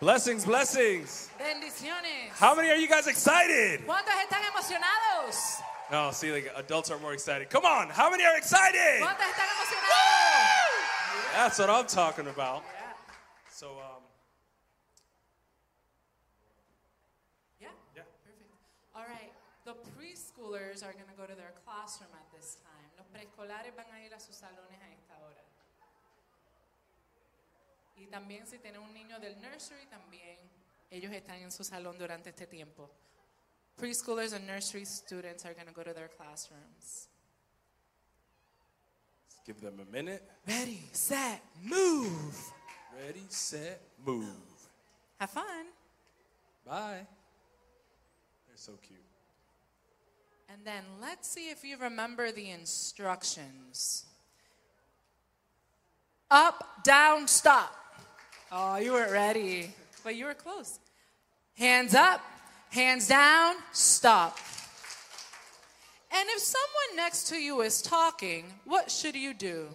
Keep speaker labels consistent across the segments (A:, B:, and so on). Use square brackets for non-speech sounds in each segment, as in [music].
A: Blessings, blessings.
B: Bendiciones.
A: How many are you guys excited?
B: ¿Cuántos están emocionados?
A: No, see, like adults are more excited. Come on, how many are excited?
B: ¿Cuántos están emocionados?
A: That's what I'm talking about. So, um,
B: Yeah.
A: Yeah.
B: Perfect. All right. The preschoolers are going to go to their classroom at this time. Los preescolares van a ir a sus salones a esta hora. Y también si tienen un niño del nursery, también ellos están en su salón durante este tiempo. Preschoolers and nursery students are going to go to their classrooms.
A: let's give them a minute.
B: Ready, set, move.
A: Ready, set, move.
B: Have fun.
A: Bye. They're so cute.
B: And then let's see if you remember the instructions. Up, down, stop. Oh, you weren't ready, but you were close. Hands up, hands down, stop. And if someone next to you is talking, what should you do?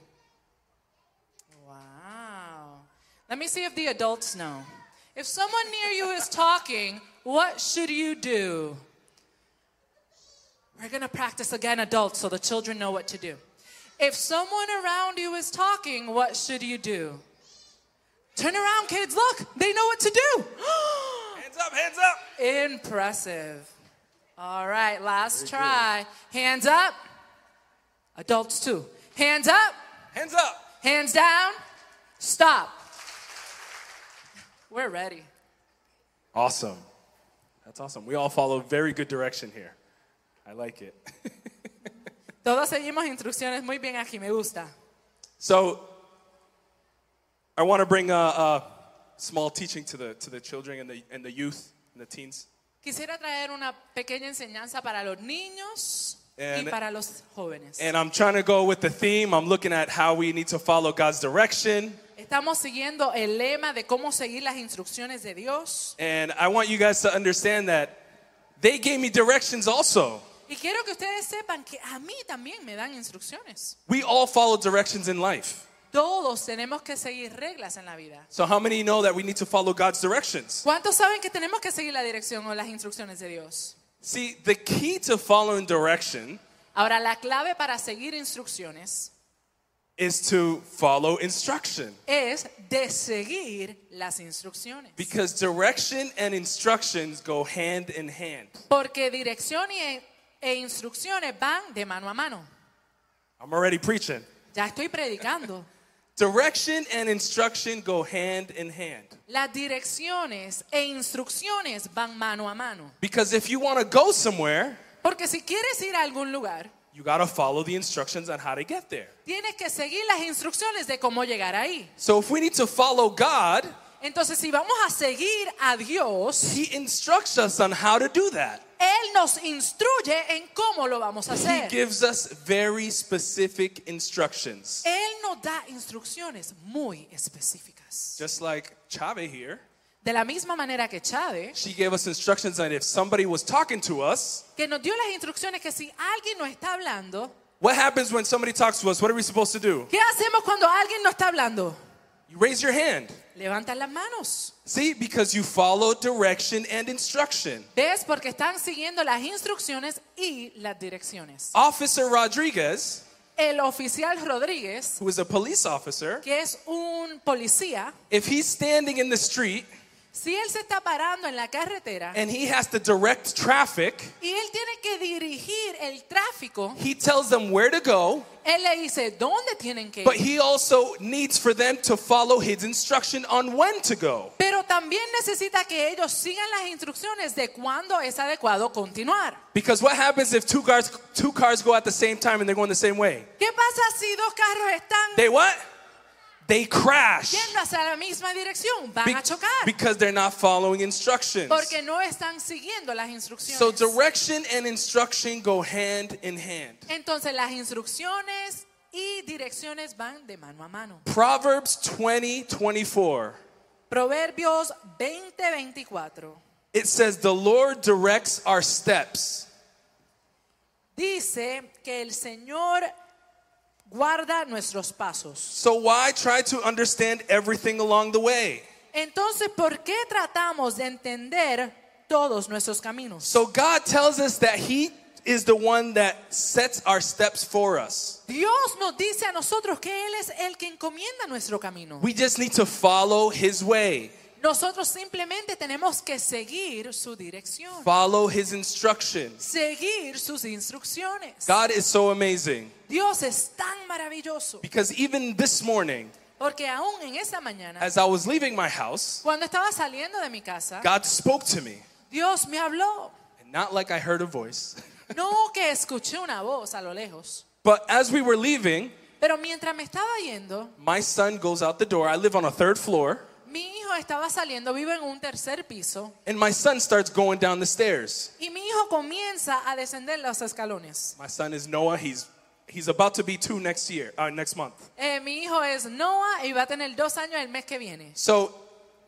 B: Wow. Let me see if the adults know. If someone near you is talking, what should you do? We're going to practice again, adults, so the children know what to do. If someone around you is talking, what should you do? Turn around, kids. Look, they know what to do. [gasps]
A: Hands up, hands up.
B: Impressive. All right, last try. Hands up. Adults, too. Hands up.
A: Hands up.
B: Hands down. Stop. We're ready.
A: Awesome. That's awesome. We all follow very good direction here. I like it. [laughs]
B: Todos seguimos instrucciones muy bien aquí. Me gusta.
A: So, I want to bring a, a small teaching to the to the children and the and the youth and the teens.
B: Quisiera traer una pequeña enseñanza para los niños
A: And-
B: y para los jóvenes.
A: And I'm trying to go with the theme. I'm looking at how we need to follow God's direction.
B: Estamos siguiendo el lema de cómo seguir las instrucciones de Dios.
A: And I want you guys to understand that they gave me directions also.
B: Y quiero que ustedes sepan que a mí también me dan instrucciones.
A: We all follow directions in life.
B: Todos tenemos que seguir reglas en la vida.
A: So how many know that we need to follow God's directions?
B: ¿Cuántos saben que tenemos que seguir la dirección o las instrucciones de Dios?
A: See, the key to following direction
B: Ahora, la clave para seguir instrucciones
A: is to follow instruction.
B: es de seguir las instrucciones.
A: Because direction and instructions go hand in hand.
B: Porque dirección y- e instrucciones van de mano a mano.
A: I'm already preaching.
B: Ya estoy predicando.
A: Direction and instruction go hand in hand.
B: Las direcciones e instrucciones van mano a mano.
A: Because if you want to go somewhere,
B: Porque si quieres ir a algún lugar,
A: you got to follow the instructions on how to get there.
B: tienes que seguir las instrucciones de cómo llegar ahí.
A: So if we need to follow God,
B: Entonces, si vamos a seguir a Dios,
A: He instructs us on how to do that.
B: Él nos instruye en cómo lo vamos a
A: He
B: hacer.
A: gives us very specific instructions.
B: Él nos da instrucciones muy específicas.
A: Just like Chave here,
B: De la misma manera que Chávez,
A: she gave us instructions that if somebody was talking to us,
B: que nos dio las instrucciones que si alguien nos está hablando,
A: what happens when somebody talks to us? What are we supposed to do?
B: ¿qué hacemos cuando alguien nos está hablando?
A: You raise your hand.
B: Levantan las manos.
A: See, because you follow direction and instruction.
B: ¿Ves? Porque están siguiendo las instrucciones y las direcciones.
A: Officer Rodriguez,
B: El oficial Rodríguez,
A: who is a police officer,
B: que es un policía,
A: if he's standing in the street
B: si él se está parando en la carretera
A: and he has to direct traffic,
B: y él tiene que dirigir el tráfico,
A: he tells them where to go,
B: él le dice dónde tienen que
A: but
B: ir.
A: he also needs for them to follow his instruction on when to go.
B: Pero también necesita que ellos sigan las instrucciones de cuándo es adecuado continuar.
A: Because what happens if two cars two cars go at the same time and they're going the same way?
B: ¿Qué pasa si dos carros están
A: They what? They crash.
B: yendo hacia la misma dirección? Van
A: Be-
B: a chocar
A: because they're not following instructions.
B: porque no están siguiendo las instrucciones.
A: So direction and instruction go hand in hand.
B: Entonces las instrucciones y direcciones van de mano a mano.
A: Proverbs 20, 24.
B: Proverbios 20:24
A: It says, The Lord directs our steps.
B: dice que el Señor guarda nuestros pasos.
A: So why try to understand everything along the way?
B: Entonces, ¿por qué tratamos de entender todos nuestros caminos?
A: So God tells us that He is the one that sets our steps for us.
B: Dios nos dice a nosotros que Él es el que encomienda nuestro camino.
A: We just need to follow His way,
B: Nosotros simplemente tenemos que seguir su dirección,
A: follow His instructions.
B: seguir sus instrucciones.
A: God is so amazing
B: Dios es tan maravilloso
A: because even this morning,
B: porque aún en esa mañana,
A: as I was leaving my house,
B: cuando estaba saliendo de mi casa,
A: God spoke to me.
B: Dios me habló.
A: And not like I heard a voice, [laughs]
B: No que escuché una voz a lo lejos,
A: but as we were leaving,
B: pero mientras me estaba yendo,
A: my son goes out the door. I live on a third floor,
B: mi hijo estaba saliendo, vive en un tercer piso,
A: and my son starts going down the stairs.
B: y mi hijo comienza a descender los escalones.
A: My son is Noah. He's he's about to be two next year, uh, next month.
B: Eh, mi hijo es Noah y va a tener dos años el mes que viene.
A: So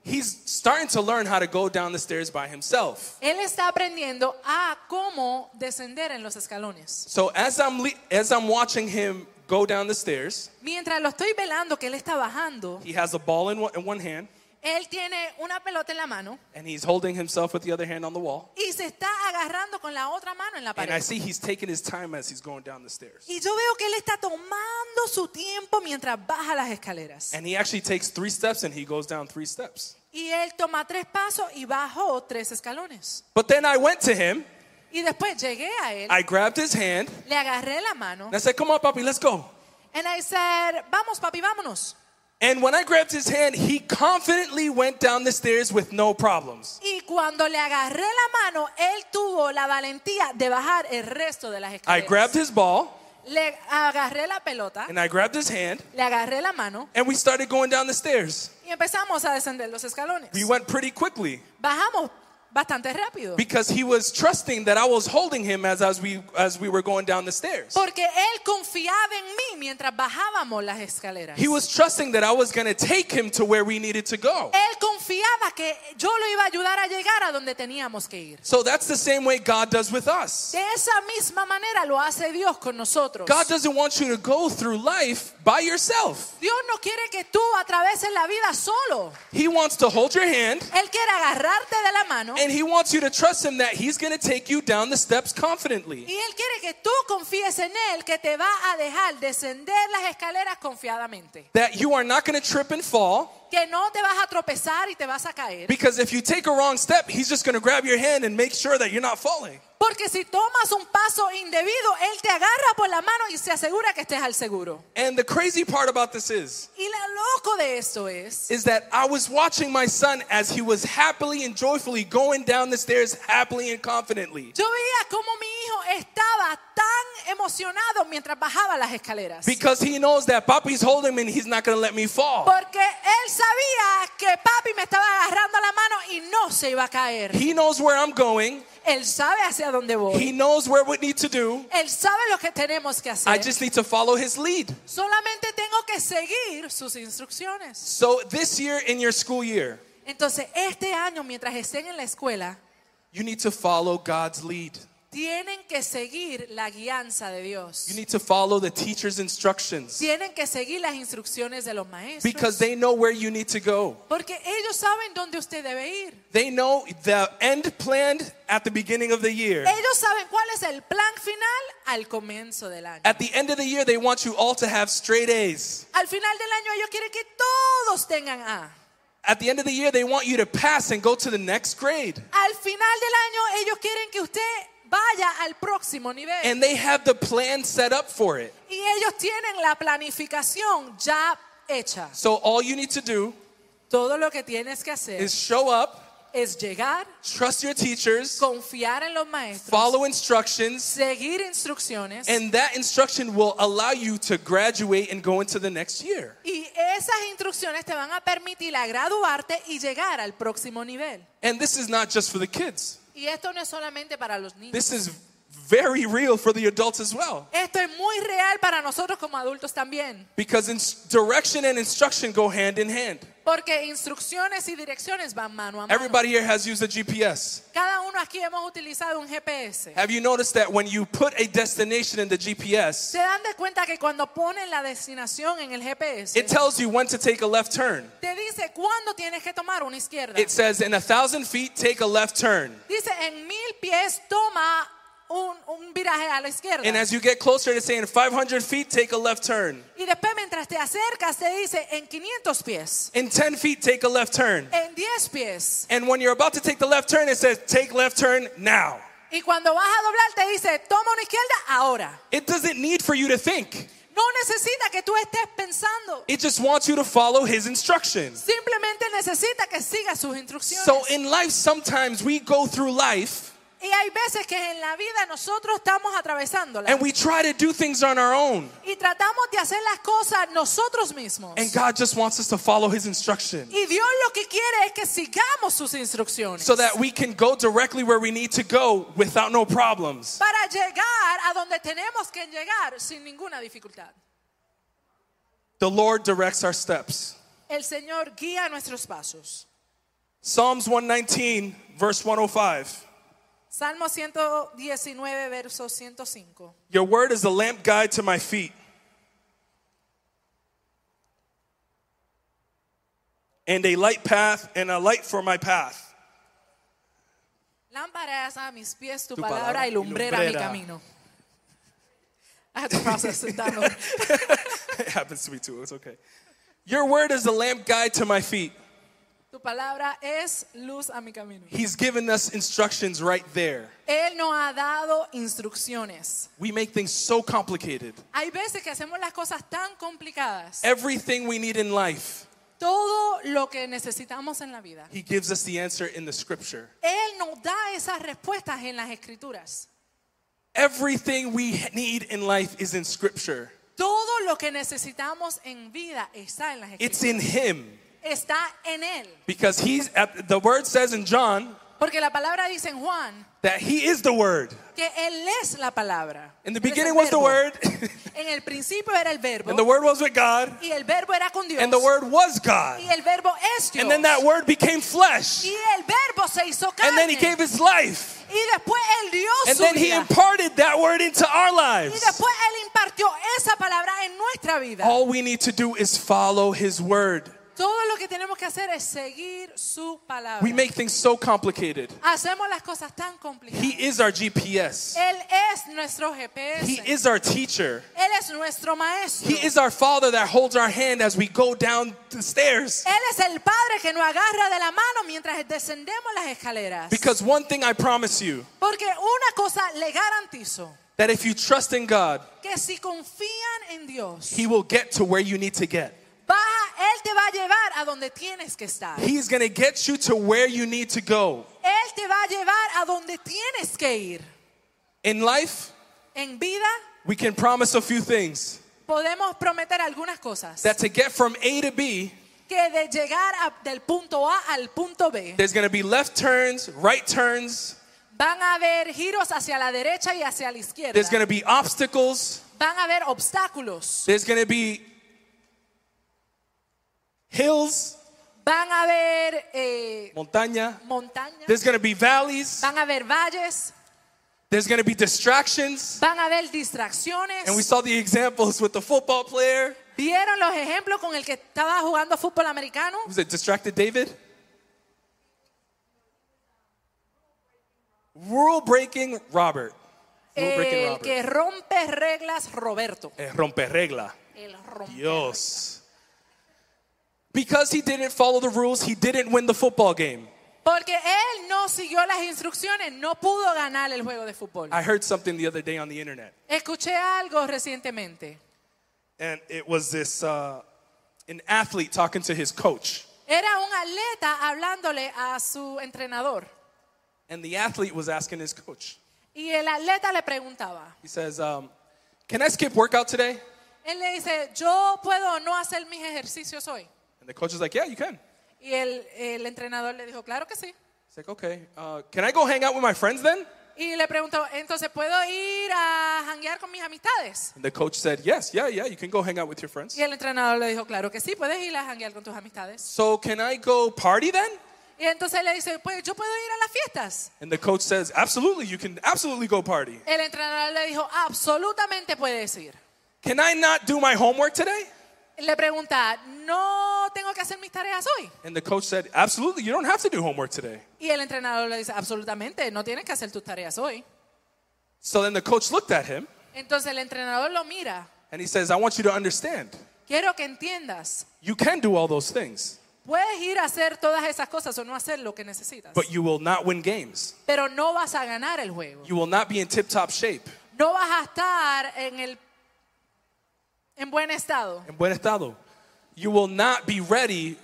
A: he's starting to learn how to go down the stairs by himself.
B: Él está aprendiendo a cómo descender en los escalones.
A: So as I'm le- as I'm watching him go down the stairs,
B: Mientras lo estoy velando que él está bajando,
A: he has a ball in one, in one hand,
B: él tiene una pelota en la mano
A: and he's holding himself with the other hand on the wall.
B: y se está agarrando con la otra mano en la
A: And I
B: pared.
A: see he's taking his time as he's going down the stairs.
B: Y yo veo que él está tomando su tiempo mientras baja las escaleras.
A: And he actually takes three steps and he goes down three steps.
B: Y él toma tres pasos y bajó tres escalones.
A: But then I went to him,
B: Y después llegué a él,
A: I grabbed his hand,
B: le agarré la mano.
A: and I said, Come on, Papi, let's go.
B: And I said, vamos papi, vámonos.
A: And when I grabbed his hand, he confidently went down the stairs with no problems.
B: Y cuando le agarré la mano, él tuvo la valentía de bajar el resto de las
A: I
B: escaleras.
A: grabbed his ball
B: Le agarré la pelota,
A: and I grabbed his hand,
B: le agarré la mano
A: and we started going down the stairs.
B: y empezamos a descender los escalones.
A: We went pretty quickly
B: Bajamos bastante rápido.
A: because he was trusting that I was holding him as, as, we, as we were going down the stairs.
B: Porque él confiaba en mí mientras bajábamos las escaleras.
A: He was trusting that I was going to take him to where we needed to go.
B: Él confiaba que yo lo iba a ayudar a llegar a donde teníamos que ir.
A: So that's the same way God does with us.
B: De esa misma manera lo hace Dios con nosotros.
A: God doesn't want you to go through life by yourself.
B: Dios no quiere que tú atraveses la vida solo.
A: He wants to hold your hand
B: Él quiere agarrarte de la mano
A: and He wants you to trust Him that He's going to take you down the steps confidently.
B: y Él quiere que tú confíes en Él que te va a dejar descender las escaleras confiadamente.
A: That you are not going to trip and fall
B: Que no te vas a tropezar y te vas a caer.
A: because if you take a wrong step, He's just going to grab your hand and make sure that you're not falling.
B: Porque si tomas un paso indebido, Él te agarra por la mano y se asegura que estés al seguro.
A: And the crazy part about this is
B: Y lo loco de esto es
A: is that I was watching my son as he was happily and joyfully going down the stairs happily and confidently
B: Yo veía cómo mi hijo estaba tan emocionado mientras bajaba las escaleras.
A: because he knows that Papi's holding him and he's not going to let me fall.
B: Porque él sabía que papi me estaba agarrando la mano y no se iba a caer.
A: He knows where I'm going.
B: Él sabe hacia dónde
A: He
B: voy.
A: knows where we need to do.
B: Él sabe lo que tenemos que
A: I
B: hacer.
A: just need to follow his lead.
B: Solamente tengo que seguir sus instrucciones.
A: So this year in your school year,
B: Entonces, este año, mientras estén en la escuela,
A: you need to follow God's lead.
B: tienen que seguir la guianza de Dios.
A: You need to follow the teacher's instructions
B: Tienen que seguir las instrucciones de los maestros.
A: because they know where you need to go.
B: Porque ellos saben dónde usted debe ir.
A: They know the end planned at the beginning of the year.
B: Ellos saben cuál es el plan final al comienzo del año.
A: At the end of the year, they want you all to have straight A's.
B: Al final del año ellos quieren que todos tengan A.
A: At the end of the year, they want you to pass and go to the next grade.
B: Al final del año ellos quieren que usted vaya al próximo nivel.
A: And they have the plan set up for it.
B: y ellos tienen la planificación ya hecha.
A: So all you need to do
B: Todo lo que tienes que hacer
A: is show up,
B: es llegar,
A: trust your teachers,
B: confiar en los maestros,
A: follow instructions,
B: seguir instrucciones.
A: And that instruction will allow you to graduate and go into the next year.
B: y esas instrucciones te van a permitir a graduarte y llegar al próximo nivel.
A: And this is not just for the kids.
B: Y esto no es solamente para los niños.
A: This is very real for the adults as well.
B: Esto es muy real para nosotros como adultos también,
A: Because ins- direction and instruction go hand in hand.
B: porque instrucciones y direcciones van mano a mano.
A: Everybody here has used a GPS.
B: Cada uno aquí hemos utilizado un GPS.
A: Have you noticed that when you put a destination in the GPS,
B: Se dan de cuenta que cuando ponen la destinación en el GPS,
A: it tells you when to take a left turn?
B: te dice cuándo tienes que tomar una izquierda.
A: It says, in a thousand feet, take a left turn.
B: Dice en mil pies toma un, un viraje a la izquierda.
A: And as you get closer to saying 500 feet, take a left turn.
B: Y después mientras te acercas te dice en 500 pies,
A: In 10 feet, take a left turn.
B: en 10 pies.
A: And when you're about to take the left turn, it says, take left turn now.
B: Y cuando vas a doblar te dice toma una izquierda ahora.
A: It doesn't need for you to think,
B: No necesita que tú estés pensando.
A: it just wants you to follow His instructions.
B: Simplemente necesita que sigas sus instrucciones.
A: So in life, sometimes we go through life
B: y hay veces que en la vida nosotros estamos atravesándola.
A: and we try to do things on our own.
B: y tratamos de hacer las cosas nosotros mismos.
A: And God just wants us to follow His instruction
B: y Dios lo que quiere es que sigamos sus instrucciones.
A: so that we can go directly where we need to go without no problems.
B: para llegar a donde tenemos que llegar sin ninguna dificultad.
A: The Lord directs our steps.
B: El Señor guía nuestros pasos.
A: Psalms 119, verse 105.
B: Salmo 119, verso 105.
A: Your word is a lamp guide to my feet and a light path and a light for my path. [laughs]
B: Lámpara es a mis pies tu,
A: Tu
B: palabra,
A: palabra
B: y
A: y
B: lumbrera, mi
A: lumbrera.
B: camino. Ah, I had to process it down.
A: it happens to me too. It's okay. Your word is a lamp guide to my feet.
B: Tu palabra es luz a mi camino.
A: He's given us instructions right there.
B: Él nos ha dado instrucciones.
A: We make things so complicated.
B: Hay veces que hacemos las cosas tan complicadas.
A: Everything we need in life,
B: Todo lo que necesitamos en la vida.
A: He gives us the answer in the scripture.
B: Él nos da esas respuestas en las escrituras.
A: Everything we need in life is in scripture,
B: Todo lo que necesitamos en vida está en las
A: it's
B: escrituras.
A: in Him.
B: Está en Él.
A: Because he's at, the word says in John
B: Porque la palabra dice en Juan
A: that he is the word.
B: que Él es la palabra.
A: In the
B: Él es el
A: beginning was the
B: verbo.
A: word, [laughs]
B: En el principio era el verbo.
A: and the word was with God,
B: y el verbo era con Dios.
A: and the word was God.
B: y el verbo es Dios.
A: And then that word became flesh.
B: y el verbo se hizo carne.
A: And then he gave his life.
B: y después Él dio
A: And
B: su
A: then he
B: vida.
A: imparted that word into our
B: y
A: lives.
B: después Él impartió esa palabra en nuestra vida.
A: All we need to do is follow his word.
B: Todo lo que tenemos que hacer es seguir su palabra.
A: We make things so complicated.
B: Hacemos las cosas tan complicadas.
A: He is our GPS.
B: Él es nuestro GPS.
A: He is our teacher.
B: Él es nuestro maestro.
A: He is our father that holds our hand as we go down the stairs.
B: Él es el Padre que nos agarra de la mano mientras descendemos las escaleras.
A: Because one thing I promise you
B: Porque una cosa le garantizo,
A: that if you trust in God,
B: que si confían en Dios,
A: He will get to where you need to get.
B: va- Él te va a llevar a donde tienes que estar.
A: He's going to get you to where you need to go.
B: Él te va a llevar a donde tienes que ir.
A: In life,
B: En vida
A: we can promise a few things
B: podemos prometer algunas cosas.
A: that to get from A to B,
B: Que de llegar a- del punto A al punto B,
A: there's going to be left turns, right turns,
B: van a haber giros hacia la derecha y hacia la izquierda.
A: there's going to be obstacles,
B: Van a haber obstáculos.
A: there's going to be hills,
B: Van a haber eh,
A: montaña,
B: montañas.
A: there's going to be valleys,
B: Van a haber valles.
A: there's going to be distractions.
B: Van a haber distracciones.
A: And we saw the examples with the football player.
B: ¿Vieron los ejemplos con el que estaba jugando fútbol americano?
A: Was it distracted David? Rule breaking Robert. Rule breaking
B: El
A: Robert.
B: Eh, que rompe reglas, Roberto.
A: Eh, rompe regla.
B: El rompe.
A: Dios. Because he didn't follow the rules, he didn't win the football game.
B: Porque él no siguió las instrucciones, no pudo ganar el juego de fútbol.
A: I heard something the other day on the internet,
B: Escuché algo recientemente.
A: and it was this uh, an athlete talking to his coach,
B: Era un atleta hablándole a su entrenador.
A: and the athlete was asking his coach.
B: Y el atleta le preguntaba.
A: He says, um, "Can I skip workout today?"
B: Él le dice, yo puedo no hacer mis ejercicios hoy.
A: And the coach is like, "Yeah, you can."
B: Y el, el entrenador le dijo, claro que sí.
A: It's like, okay, uh, can I go hang out with my friends then?
B: Y Y le preguntó, entonces, ¿puedo ir a janguear con mis amistades?
A: And the coach said, Yes, yeah, yeah, you can go hang out with your friends.
B: Y el entrenador le dijo, claro que sí, puedes ir a janguear con tus amistades.
A: So can I go party then?
B: Y entonces le dice, pues yo puedo ir a las fiestas.
A: And the coach says, Absolutely, you can absolutely go party.
B: El entrenador le dijo, absolutamente puedes ir.
A: Can I not do my homework today?
B: Le pregunta, ¿no tengo que hacer mis tareas hoy?
A: And the coach said, Absolutely, you don't have to do homework today.
B: Y el entrenador le dice, absolutamente, no tienes que hacer tus tareas hoy.
A: So then the coach looked at him
B: Entonces el entrenador lo mira,
A: and he says, I want you to understand,
B: quiero que entiendas,
A: you can do all those things,
B: puedes ir a hacer todas esas cosas o no hacer lo que necesitas,
A: but you will not win games.
B: pero no vas a ganar el juego.
A: You will not be in tip top shape.
B: No vas a estar en el en buen estado.
A: En buen estado. You will not be ready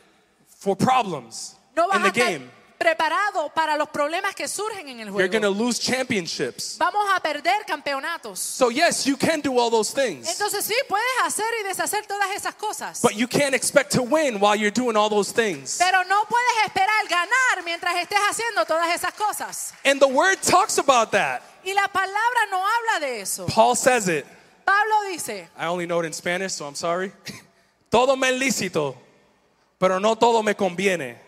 A: for problems
B: No vas
A: in
B: a
A: the
B: estar
A: game.
B: preparado para los problemas que surgen en el
A: You're going to
B: juego.
A: lose championships.
B: Vamos a perder campeonatos.
A: So, yes, you can do all those things,
B: Entonces sí, puedes hacer y deshacer todas esas cosas.
A: but you can't expect to win while you're doing all those things.
B: Pero no puedes esperar ganar mientras estés haciendo todas esas cosas.
A: And the word talks about that.
B: Y la palabra no habla de eso.
A: Paul says it.
B: Pablo dice,
A: I only know it in Spanish, so I'm sorry. [laughs] todo me es lícito, pero no todo me conviene.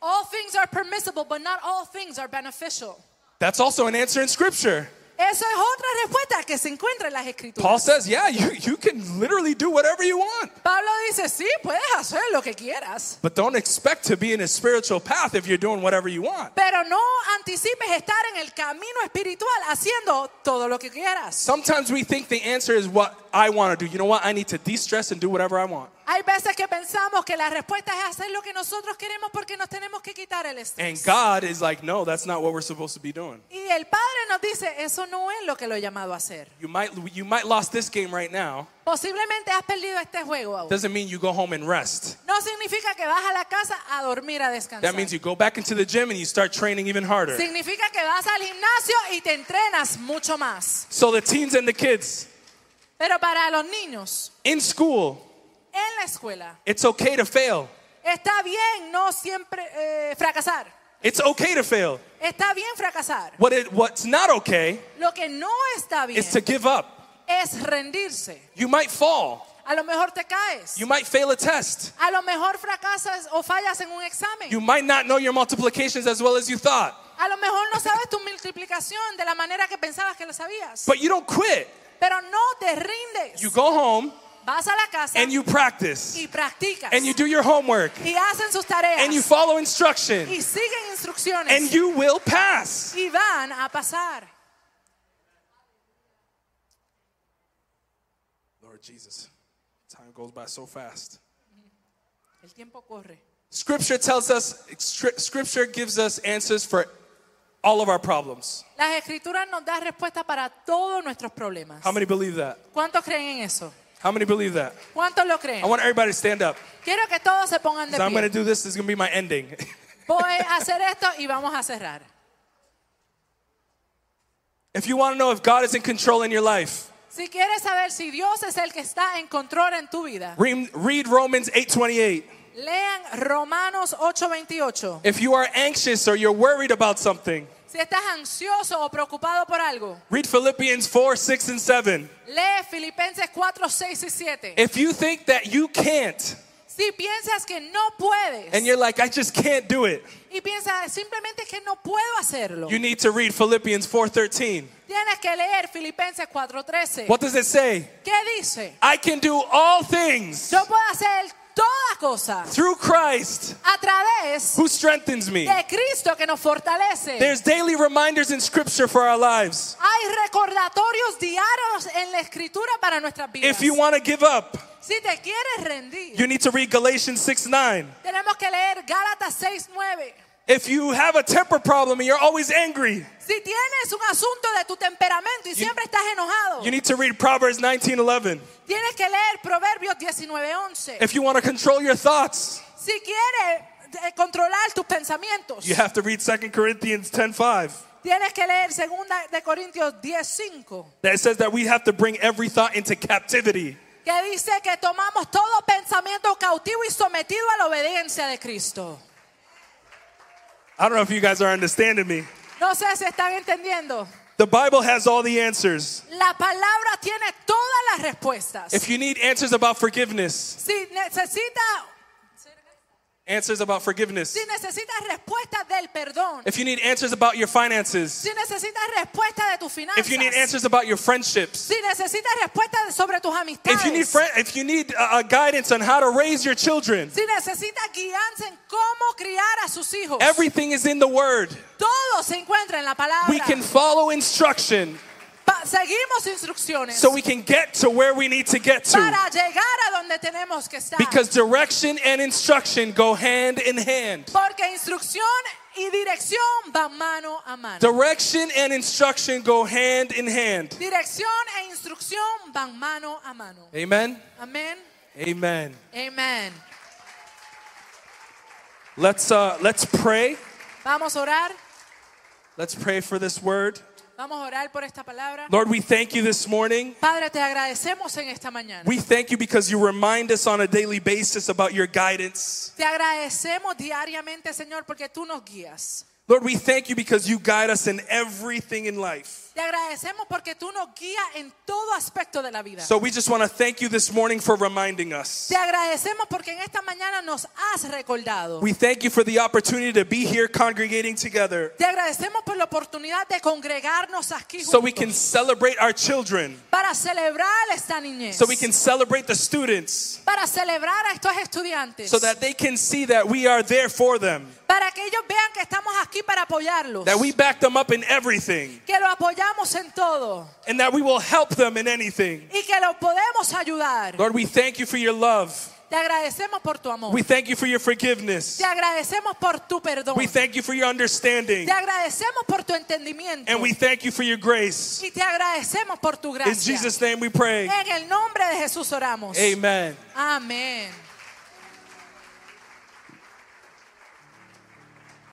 B: all things are permissible, but not all things are beneficial.
A: That's also an answer in scripture.
B: Eso es otra respuesta que se encuentra en las escrituras.
A: Paul says, yeah, you, you can literally do whatever you want,
B: Pablo dice, sí, puedes hacer lo que quieras,
A: but don't expect to be in a spiritual path if you're doing whatever you want.
B: pero no anticipes estar en el camino espiritual haciendo todo lo que quieras.
A: Sometimes we think the answer is what I want to do. You know what? I need to de stress and do whatever I want.
B: Hay veces que pensamos que la respuesta es hacer lo que nosotros queremos porque nos tenemos que quitar el
A: And
B: estrés.
A: God is like, no, that's not what we're supposed to be doing.
B: Y el Padre nos dice, eso no es lo que lo he llamado a hacer.
A: You might, you might lost this game right now.
B: Posiblemente has perdido este juego aún.
A: Doesn't mean you go home and rest.
B: No significa que vas a la casa a dormir, a descansar.
A: That means you go back into the gym and you start training even harder.
B: Significa que vas al gimnasio y te entrenas mucho más.
A: So the teens and the kids
B: Pero para los niños,
A: in school,
B: en la escuela,
A: it's okay to fail.
B: está bien no siempre eh, fracasar.
A: It's okay to fail.
B: Está bien fracasar.
A: What it, what's not okay
B: Lo que no está bien
A: is to give up.
B: es rendirse.
A: You might fall.
B: A lo mejor te caes.
A: You might fail a test.
B: A lo mejor fracasas o fallas en un examen.
A: You might not know your multiplications as well as you thought.
B: A lo mejor no sabes tu multiplicación de la manera que pensabas que lo sabías.
A: But you don't quit.
B: Pero no te rindes.
A: You go home
B: Vas a la casa
A: and you practice
B: y practicas.
A: and you do your homework
B: y hacen sus tareas.
A: and you follow instruction
B: y siguen instrucciones.
A: and you will pass.
B: y van a pasar.
A: Lord Jesus, time goes by so fast.
B: El tiempo corre.
A: Scripture tells us, scri- Scripture gives us answers for all of our problems.
B: Las escrituras nos dan respuesta para todos nuestros problemas.
A: How many believe that?
B: ¿Cuántos creen en eso?
A: How many believe that?
B: ¿Cuántos lo
A: I
B: creen?
A: want everybody to stand up.
B: Quiero que todos se pongan de
A: So I'm going to
B: pie.
A: do this. This is going to be my ending. [laughs]
B: Voy a hacer esto y vamos a cerrar.
A: if you want to know if God is in control in your life,
B: Si quieres saber si Dios es el que está en control en tu vida,
A: read, read Romans 8:28.
B: lean Romanos 8:28.
A: If you are anxious or you're worried about something,
B: Si estás ansioso o preocupado por algo,
A: read Philippians 4, 6, and 7.
B: lee Filipenses 4, 6 y 7.
A: If you think that you can't
B: Si piensas que no puedes
A: and you're like, I just can't do it,
B: y piensas simplemente que no puedo hacerlo,
A: you need to read Philippians 4:13.
B: tienes que leer Filipenses 4:13.
A: What does it say?
B: ¿Qué dice?
A: I can do all things
B: Yo puedo hacer toda cosa
A: through Christ
B: a través
A: who strengthens me.
B: de Cristo que nos fortalece.
A: There's daily reminders in scripture for our lives.
B: Hay recordatorios diarios en la escritura para nuestras vidas.
A: If you want to give up,
B: Si te quieres rendir,
A: you need to read Galatians 6 9.
B: tenemos que leer Gálatas 6:9.
A: If you have a temper problem and you're always angry,
B: Si tienes un asunto de tu temperamento y siempre estás enojado,
A: you need to read Proverbs 19 11.
B: tienes que leer Proverbios 19:11.
A: If you want to control your thoughts,
B: Si quieres eh, controlar tus pensamientos,
A: you have to read 2 Corinthians 10 5.
B: tienes que leer 2 de Corintios 10:5,
A: That says that we have to bring every thought into captivity.
B: que dice que tomamos todo pensamiento cautivo y sometido a la obediencia de Cristo.
A: I don't know if you guys are understanding me.
B: No sé si están entendiendo.
A: The Bible has all the answers.
B: La palabra tiene todas las respuestas.
A: If you need answers about forgiveness,
B: Si necesita,
A: answers about forgiveness.
B: si necesitas respuesta del perdón,
A: If you need answers about your finances,
B: si necesitas respuesta de tus finanzas,
A: if you need answers about your friendships,
B: si necesitas respuesta sobre tus amistades,
A: if you need friend, if you need uh, uh, guidance on how to raise your children,
B: si necesitas guianza en cómo criar a sus hijos,
A: everything is in the Word.
B: todo se encuentra en la palabra.
A: We can follow instruction
B: Pa- seguimos instrucciones
A: so we can get to where we need to get to.
B: para llegar a donde tenemos que estar.
A: Because direction and instruction go hand in hand.
B: Porque instrucción y dirección van mano a mano.
A: Direction and instruction go hand in hand.
B: Dirección e instrucción van mano a mano.
A: Amen.
B: Amén.
A: Amen.
B: Amén.
A: Let's uh, let's pray.
B: Vamos a orar.
A: Let's pray for this word.
B: Vamos a orar por esta palabra.
A: Lord, we thank you this morning.
B: Padre, te agradecemos en esta mañana.
A: We thank you because you remind us on a daily basis about your guidance.
B: Te agradecemos diariamente, Señor, porque tú nos guías.
A: Lord, we thank you because you guide us in everything in life.
B: Te agradecemos porque tú nos guías en todo aspecto de la vida.
A: So we just want to thank you this morning for reminding us.
B: Te agradecemos porque en esta mañana nos has recordado.
A: We thank you for the opportunity to be here congregating together
B: Te agradecemos por la oportunidad de congregarnos aquí
A: so we can
B: juntos
A: celebrate our children,
B: para celebrar esta niñez,
A: so we can celebrate the students,
B: para celebrar a estos estudiantes,
A: so that they can see that we are there for them,
B: para que ellos vean que estamos aquí para apoyarlos,
A: that we back them up in everything,
B: que lo apoyamos en todo
A: and that we will help them in anything.
B: y que lo podemos ayudar.
A: Lord, we thank you for your love.
B: Te agradecemos por tu amor,
A: We thank you for your forgiveness.
B: te agradecemos por tu perdón,
A: We thank you for your understanding.
B: te agradecemos por tu entendimiento
A: And we thank you for your grace.
B: y te agradecemos por tu
A: In
B: gracia.
A: Jesus' name we pray.
B: En el nombre de Jesús oramos.
A: Amen.
B: Amén.